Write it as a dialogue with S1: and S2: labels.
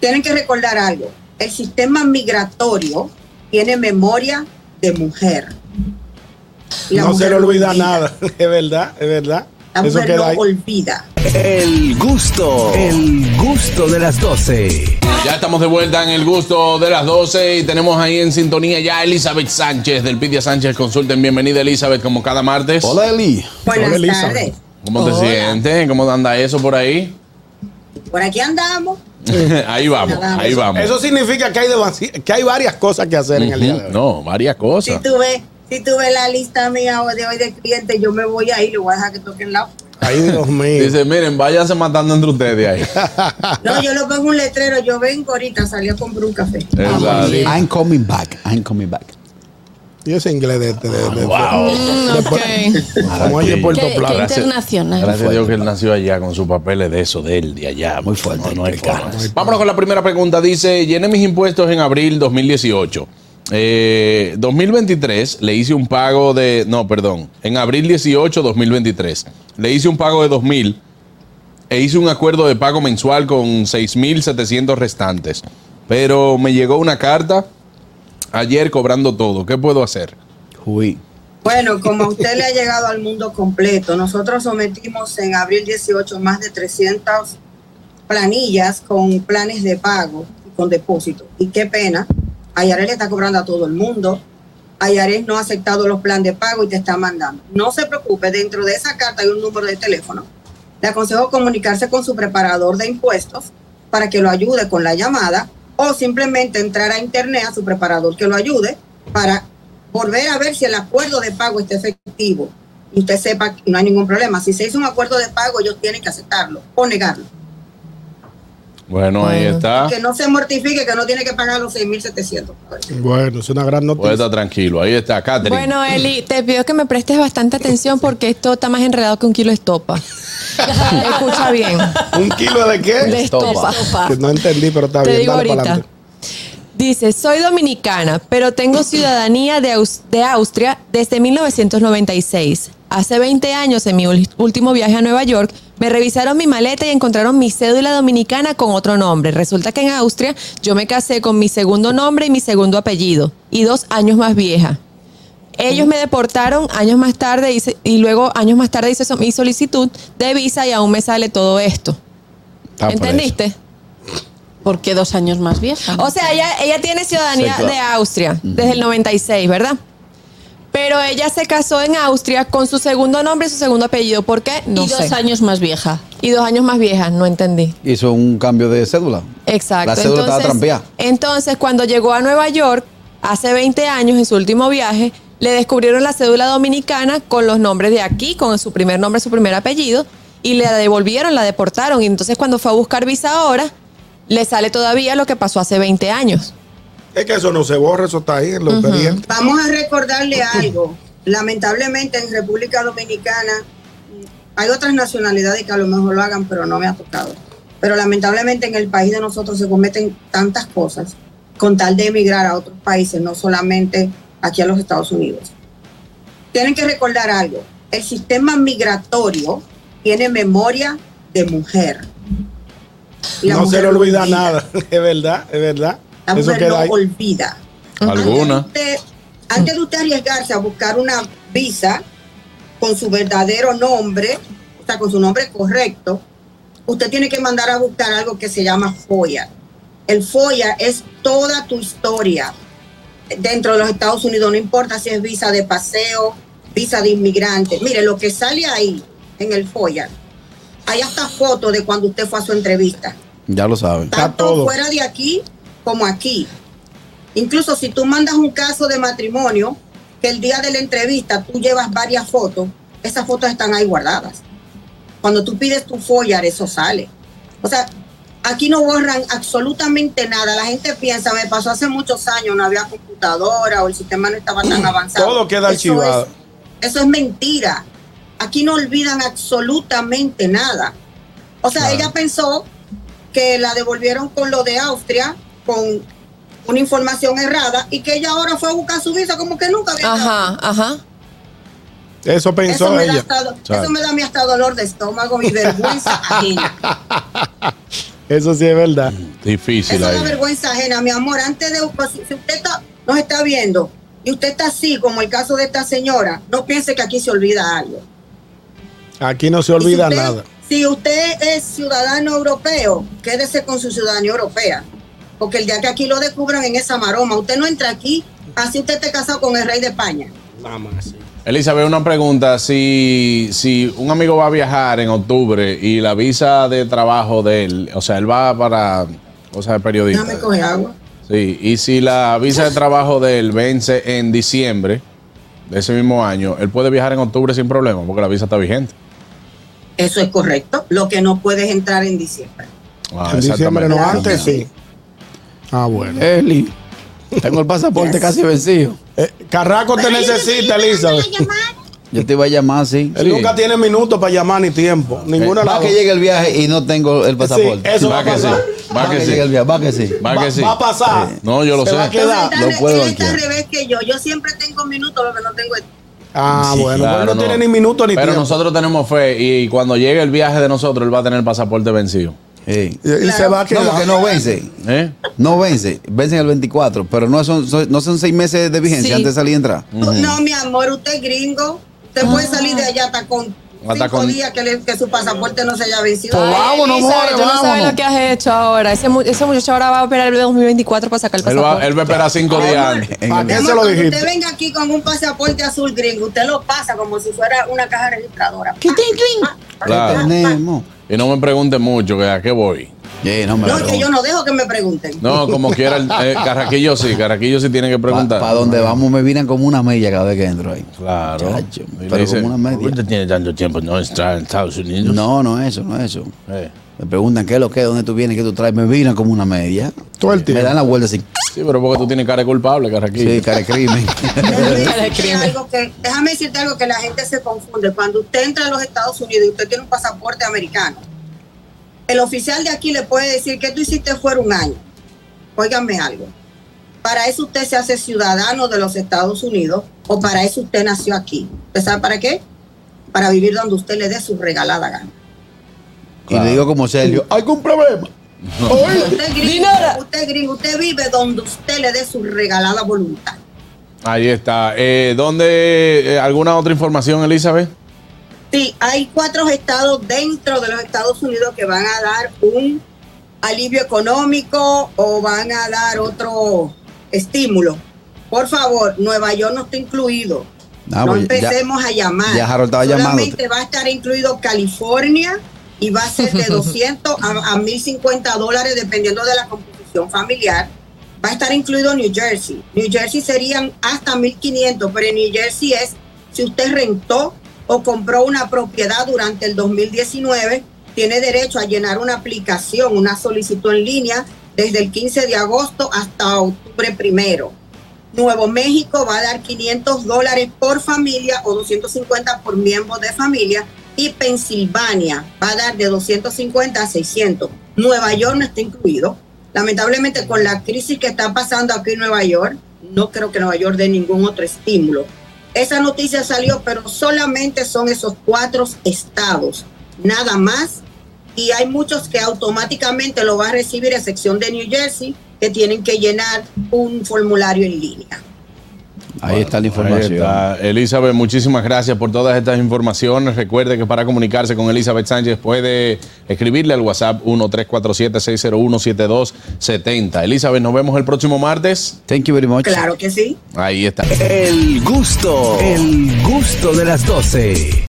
S1: tienen que recordar algo. El sistema migratorio tiene memoria de mujer.
S2: La no mujer se le olvida, olvida, nada, es verdad, es verdad.
S1: La Eso mujer queda no ahí. olvida.
S3: El gusto, el gusto de las 12.
S4: Ya estamos de vuelta en el gusto de las 12 y tenemos ahí en sintonía ya a Elizabeth Sánchez del Pidia Sánchez Consulten. Bienvenida Elizabeth como cada martes.
S2: Hola Eli.
S1: Buenas
S2: Hola,
S1: Elizabeth. tardes.
S4: ¿Cómo te
S1: Hola.
S4: sientes? ¿Cómo anda eso por ahí?
S1: Por aquí andamos.
S4: ahí vamos,
S1: Nada,
S4: ahí
S1: eso-
S4: vamos.
S2: Eso significa que hay, de- que hay varias cosas que hacer en el día de hoy.
S4: No, varias
S1: Si
S4: cosas.
S1: tú ves, si tú ves la lista mía de hoy de clientes, yo me voy ahí, le voy a dejar que toquen la.
S2: Ay, Dios mío.
S4: Dice, miren, váyanse matando entre ustedes
S2: Ah,
S4: ahí.
S1: No, yo lo pongo un letrero, yo vengo ahorita, salí a comprar un café.
S4: Eh. Exacto.
S5: I'm coming back, I'm coming back.
S2: y ese inglés de este. De, de-
S4: Wow.
S2: de- Como pues, es de Puerto
S6: Qué- qué
S2: Plata.
S6: internacional.
S4: Gracias a Dios que él nació allá con sus papeles de eso, de él, de allá. Muy fuerte. No, no hay forma.
S5: Ricardo.
S4: Vámonos con la primera pregunta. Dice, llené mis impuestos en abril 2018. Eh, 2023 le hice un pago de... No, perdón. En abril 18, 2023. Le hice un pago de 2.000 e hice un acuerdo de pago mensual con 6.700 restantes. Pero me llegó una carta ayer cobrando todo. ¿Qué puedo hacer?
S5: Uy.
S1: Bueno, como a usted le ha llegado al mundo completo, nosotros sometimos en abril 18 más de 300 planillas con planes de pago y con depósito. Y qué pena, Ayares le está cobrando a todo el mundo. Ayares no ha aceptado los planes de pago y te está mandando. No se preocupe, dentro de esa carta hay un número de teléfono. Le aconsejo comunicarse con su preparador de impuestos para que lo ayude con la llamada o simplemente entrar a internet a su preparador que lo ayude para volver a ver si el acuerdo de pago está efectivo y usted sepa que no hay ningún problema. Si se hizo un acuerdo de pago, ellos tienen que aceptarlo o negarlo.
S4: Bueno, ahí
S6: Bueno.
S4: está.
S1: Que no se mortifique, que no tiene que pagar los 6.700.
S2: Bueno, es una gran
S4: Puede
S2: noticia.
S4: estar tranquilo. Ahí está, Catherine.
S6: Bueno, Eli, te pido que me prestes bastante atención porque esto está más enredado que un kilo de estopa. Escucha bien.
S2: ¿Un kilo de qué?
S6: De
S5: estopa.
S6: estopa.
S2: Que no entendí, pero está
S6: Te
S2: bien.
S6: digo
S2: Dale para
S6: ahorita.
S2: adelante.
S6: Dice, soy dominicana, pero tengo ciudadanía de, Aus- de Austria desde 1996. Hace 20 años, en mi ul- último viaje a Nueva York, me revisaron mi maleta y encontraron mi cédula dominicana con otro nombre. Resulta que en Austria yo me casé con mi segundo nombre y mi segundo apellido, y dos años más vieja. Ellos me deportaron años más tarde hice- y luego años más tarde hice so- mi solicitud de visa y aún me sale todo esto.
S2: Ah,
S4: Está preso.
S6: ¿Entendiste?
S7: Porque dos años más vieja.
S6: O sea, ella, ella tiene ciudadanía
S5: Sí, claro.
S6: de Austria desde el 96, ¿verdad? Pero ella se casó en Austria con su segundo nombre y su segundo apellido. ¿Por qué? No
S7: y dos
S6: sé.
S7: años más vieja.
S6: Y dos años más vieja, no entendí.
S5: Hizo un cambio de cédula.
S6: Exacto.
S5: La cédula estaba trampeada.
S6: entonces, cuando llegó a Nueva York, hace 20 años, en su último viaje, le descubrieron la cédula dominicana con los nombres de aquí, con su primer nombre, su primer apellido, y le devolvieron, la deportaron. Y entonces, cuando fue a buscar visa ahora, le sale todavía lo que pasó hace 20 años.
S2: Es que eso no se borra, eso está ahí en los expedientes.
S1: Vamos a recordarle algo. Lamentablemente en República Dominicana hay otras nacionalidades que a lo mejor lo hagan, pero no me ha tocado. Pero lamentablemente en el país de nosotros se cometen tantas cosas con tal de emigrar a otros países, no solamente aquí a los Estados Unidos. Tienen que recordar algo. El sistema migratorio tiene memoria de mujer. Y la
S2: No se
S1: mujer
S2: le olvida
S1: olvida.
S2: nada. Es verdad, es verdad.
S1: La
S2: eso
S1: mujer
S2: queda
S1: no
S2: ahí.
S1: olvida.
S4: Alguna.
S1: Antes de, usted, antes de usted arriesgarse a buscar una visa con su verdadero nombre, o sea, con su nombre correcto, usted tiene que mandar a buscar algo que se llama FOIA. El FOIA es toda tu historia dentro de los Estados Unidos, no importa si es visa de paseo, visa de inmigrante. Mire, lo que sale ahí en el FOIA, hay hasta fotos de cuando usted fue a su entrevista
S5: Ya lo saben.
S1: tanto
S2: todo.
S1: fuera de aquí como aquí. Incluso si tú mandas un caso de matrimonio, que el día de la entrevista tú llevas varias fotos, esas fotos están ahí guardadas. Cuando tú pides tu follar, eso sale. O sea, aquí no borran absolutamente nada. La gente piensa, me pasó hace muchos años, no había computadora o el sistema no estaba tan avanzado.
S2: Todo queda
S1: Eso
S2: archivado.
S1: es- eso es mentira. Aquí no olvidan absolutamente nada. O sea, ella pensó que la devolvieron con lo de Austria, con una información errada, y que ella ahora fue a buscar su visa como que nunca había estado.
S6: Ajá, ajá.
S2: Eso pensó
S1: Eso me, da
S2: ella.
S1: hasta, eso me da a mí hasta dolor de estómago y vergüenza ajena.
S2: Eso sí es verdad.
S4: Mm. Difícil
S1: Eso es
S4: ahí.
S1: una vergüenza ajena, mi amor. Antes de si usted está- nos está viendo y usted está así, como el caso de esta señora, no piense que aquí se olvida algo.
S2: Aquí no se
S1: Y si
S2: olvida
S1: usted-
S2: nada.
S1: Si usted es ciudadano europeo, quédese con su ciudadanía europea. Porque el día que aquí lo descubran en esa maroma, usted no entra aquí, así usted esté casado con el rey de España.
S4: Elizabeth, una pregunta. Si, si un amigo va a viajar en octubre y la visa de trabajo de él, o sea, él va para, o sea, periodista.
S1: Déjame coger agua.
S4: Sí, y si la visa de trabajo de él vence en diciembre de ese mismo año, él puede viajar en octubre sin problema porque la visa está vigente.
S1: Eso es correcto. Lo que no puede es entrar en diciembre.
S4: Ah,
S2: en diciembre no,
S4: exactamente.
S2: antes sí. Ah, bueno.
S5: Eli, tengo el pasaporte casi vencido.
S2: Eh, Carraco te necesita, Elizabeth.
S5: Yo te iba a llamar, sí.
S2: Él
S4: Sí.
S2: nunca tiene minutos para llamar ni tiempo. Ninguna de
S5: Va
S2: las
S5: que
S2: dos.
S5: llegue el viaje y no tengo el pasaporte.
S2: eso
S4: Va
S2: va a
S4: que sí.
S2: pasar.
S4: Va que sí.
S5: llegue el viaje, va que sí.
S4: Va que sí.
S2: Va a pasar.
S4: No, yo lo
S2: Se
S4: sé.
S2: va a quedar.
S1: Entonces, él está-
S5: Lo puedo
S1: él está al
S5: banquear.
S1: revés que yo. Yo siempre tengo minutos, lo que no tengo es
S2: Ah,
S5: Sí,
S2: bueno.
S4: Claro,
S2: pues no, tiene ni minutos ni
S4: Pero
S2: tiempo.
S4: nosotros tenemos fe y cuando llegue el viaje de nosotros, él va a tener el pasaporte vencido.
S5: Sí.
S2: Y- y se va a
S5: No, porque
S2: quedar.
S5: no vence.
S4: ¿Eh?
S5: No vence. Vencen el 24, pero no son, son- no son seis meses de vigencia
S6: Sí.
S5: antes de salir y entrar.
S1: No, mi amor, usted es gringo. Usted puede salir de allá hasta con
S4: Hasta
S1: cinco
S4: con-
S1: días que, le- que su pasaporte no se haya vencido.
S5: Pues vámonos,
S6: Elizabeth,
S5: more,
S6: tú no sabes
S5: vámonos.
S6: lo que has hecho ahora. Ese, mu- ese muchacho ahora va a operar el 2024 para sacar el
S4: Él, va,
S6: pasaporte.
S4: él va a esperar cinco días antes.
S5: En
S2: ¿Para
S5: el-
S1: Mi
S2: qué
S1: amor,
S2: se lo
S1: cuando
S2: dijiste?
S1: usted venga aquí con un pasaporte azul gringo, usted lo pasa como si fuera una caja registradora. Ah,
S5: ¿Qué
S4: Claro.
S5: tenemos?
S4: Y no me pregunten mucho, que a qué voy.
S5: Sí, no me
S1: No,
S5: la
S1: es que yo no
S5: rompo.
S1: dejo que me pregunten.
S4: No, como quiera, el, eh, Carraquillo sí, Carraquillo sí tiene que
S5: Pa-
S4: preguntar.
S5: pa' donde vamos me vienen como una milla cada vez que entro ahí.
S4: Claro.
S5: Chacho,
S4: Y le
S5: pero
S4: dice,
S5: como una media.
S4: "¿Por qué Usted tiene tanto tiempo no estar en Estados Unidos.
S5: No, no es eso, no es eso.
S4: Eh.
S5: Me preguntan qué es lo que, es, dónde tú vienes, qué tú traes. Me vienen como una media.
S2: Todo el tiempo.
S5: Me dan la vuelta así.
S4: Sí, pero porque tú tienes cara de culpable, Carraquillo.
S5: Sí, cara de crimen.
S1: Déjame
S7: Cara de
S1: decirte
S7: crimen.
S1: algo que- déjame decirte algo que la gente se confunde. Cuando usted entra a los Estados Unidos y usted tiene un pasaporte americano, el oficial de aquí le puede decir que tú hiciste fuera un año. Óigame algo. Para eso usted se hace ciudadano de los Estados Unidos o para eso usted nació aquí. ¿Usted sabe para qué? Para vivir donde usted le dé su regalada gana.
S5: y le digo como serio, ¿algún problema?
S1: Usted es gringo,
S6: Dinora.
S1: usted es gringo, usted vive donde usted le dé su regalada voluntad.
S4: Ahí está. Eh, ¿Dónde? eh, ¿Alguna otra información, Elizabeth?
S1: Sí, hay cuatro estados dentro de los Estados Unidos que van a dar un alivio económico o van a dar otro estímulo. Por favor, Nueva York no está incluido.
S5: Ah,
S1: no
S5: pues ya-
S1: empecemos a llamar.
S5: ya Harold estaba llamando.
S1: Solamente va a estar incluido California y va a ser de 200 a, a 1050 dólares dependiendo de la composición familiar. Va a estar incluido New Jersey. New Jersey serían hasta 1500, pero en New Jersey es si usted rentó o compró una propiedad durante el 2019, tiene derecho a llenar una aplicación, una solicitud en línea desde el 15 de agosto hasta octubre primero. Nuevo México va a dar 500 dólares por familia o 250 por miembro de familia y Pensilvania va a dar de 250 a 600. Nueva York no está incluido. Lamentablemente con la crisis que está pasando aquí en Nueva York, no creo que Nueva York dé ningún otro estímulo. Esa noticia salió, pero solamente son esos cuatro estados, nada más. Y hay muchos que automáticamente lo va a recibir, a excepción de New Jersey, que tienen que llenar un formulario en línea.
S5: Ahí está la información.
S4: Ahí está. Elizabeth, muchísimas gracias por todas estas informaciones. Recuerde que para comunicarse con Elizabeth Sánchez puede escribirle al WhatsApp 1347-601-7270. Elizabeth, nos vemos el próximo martes.
S5: Thank you very much.
S1: Claro que sí.
S4: Ahí está.
S3: El gusto, el gusto de las 12.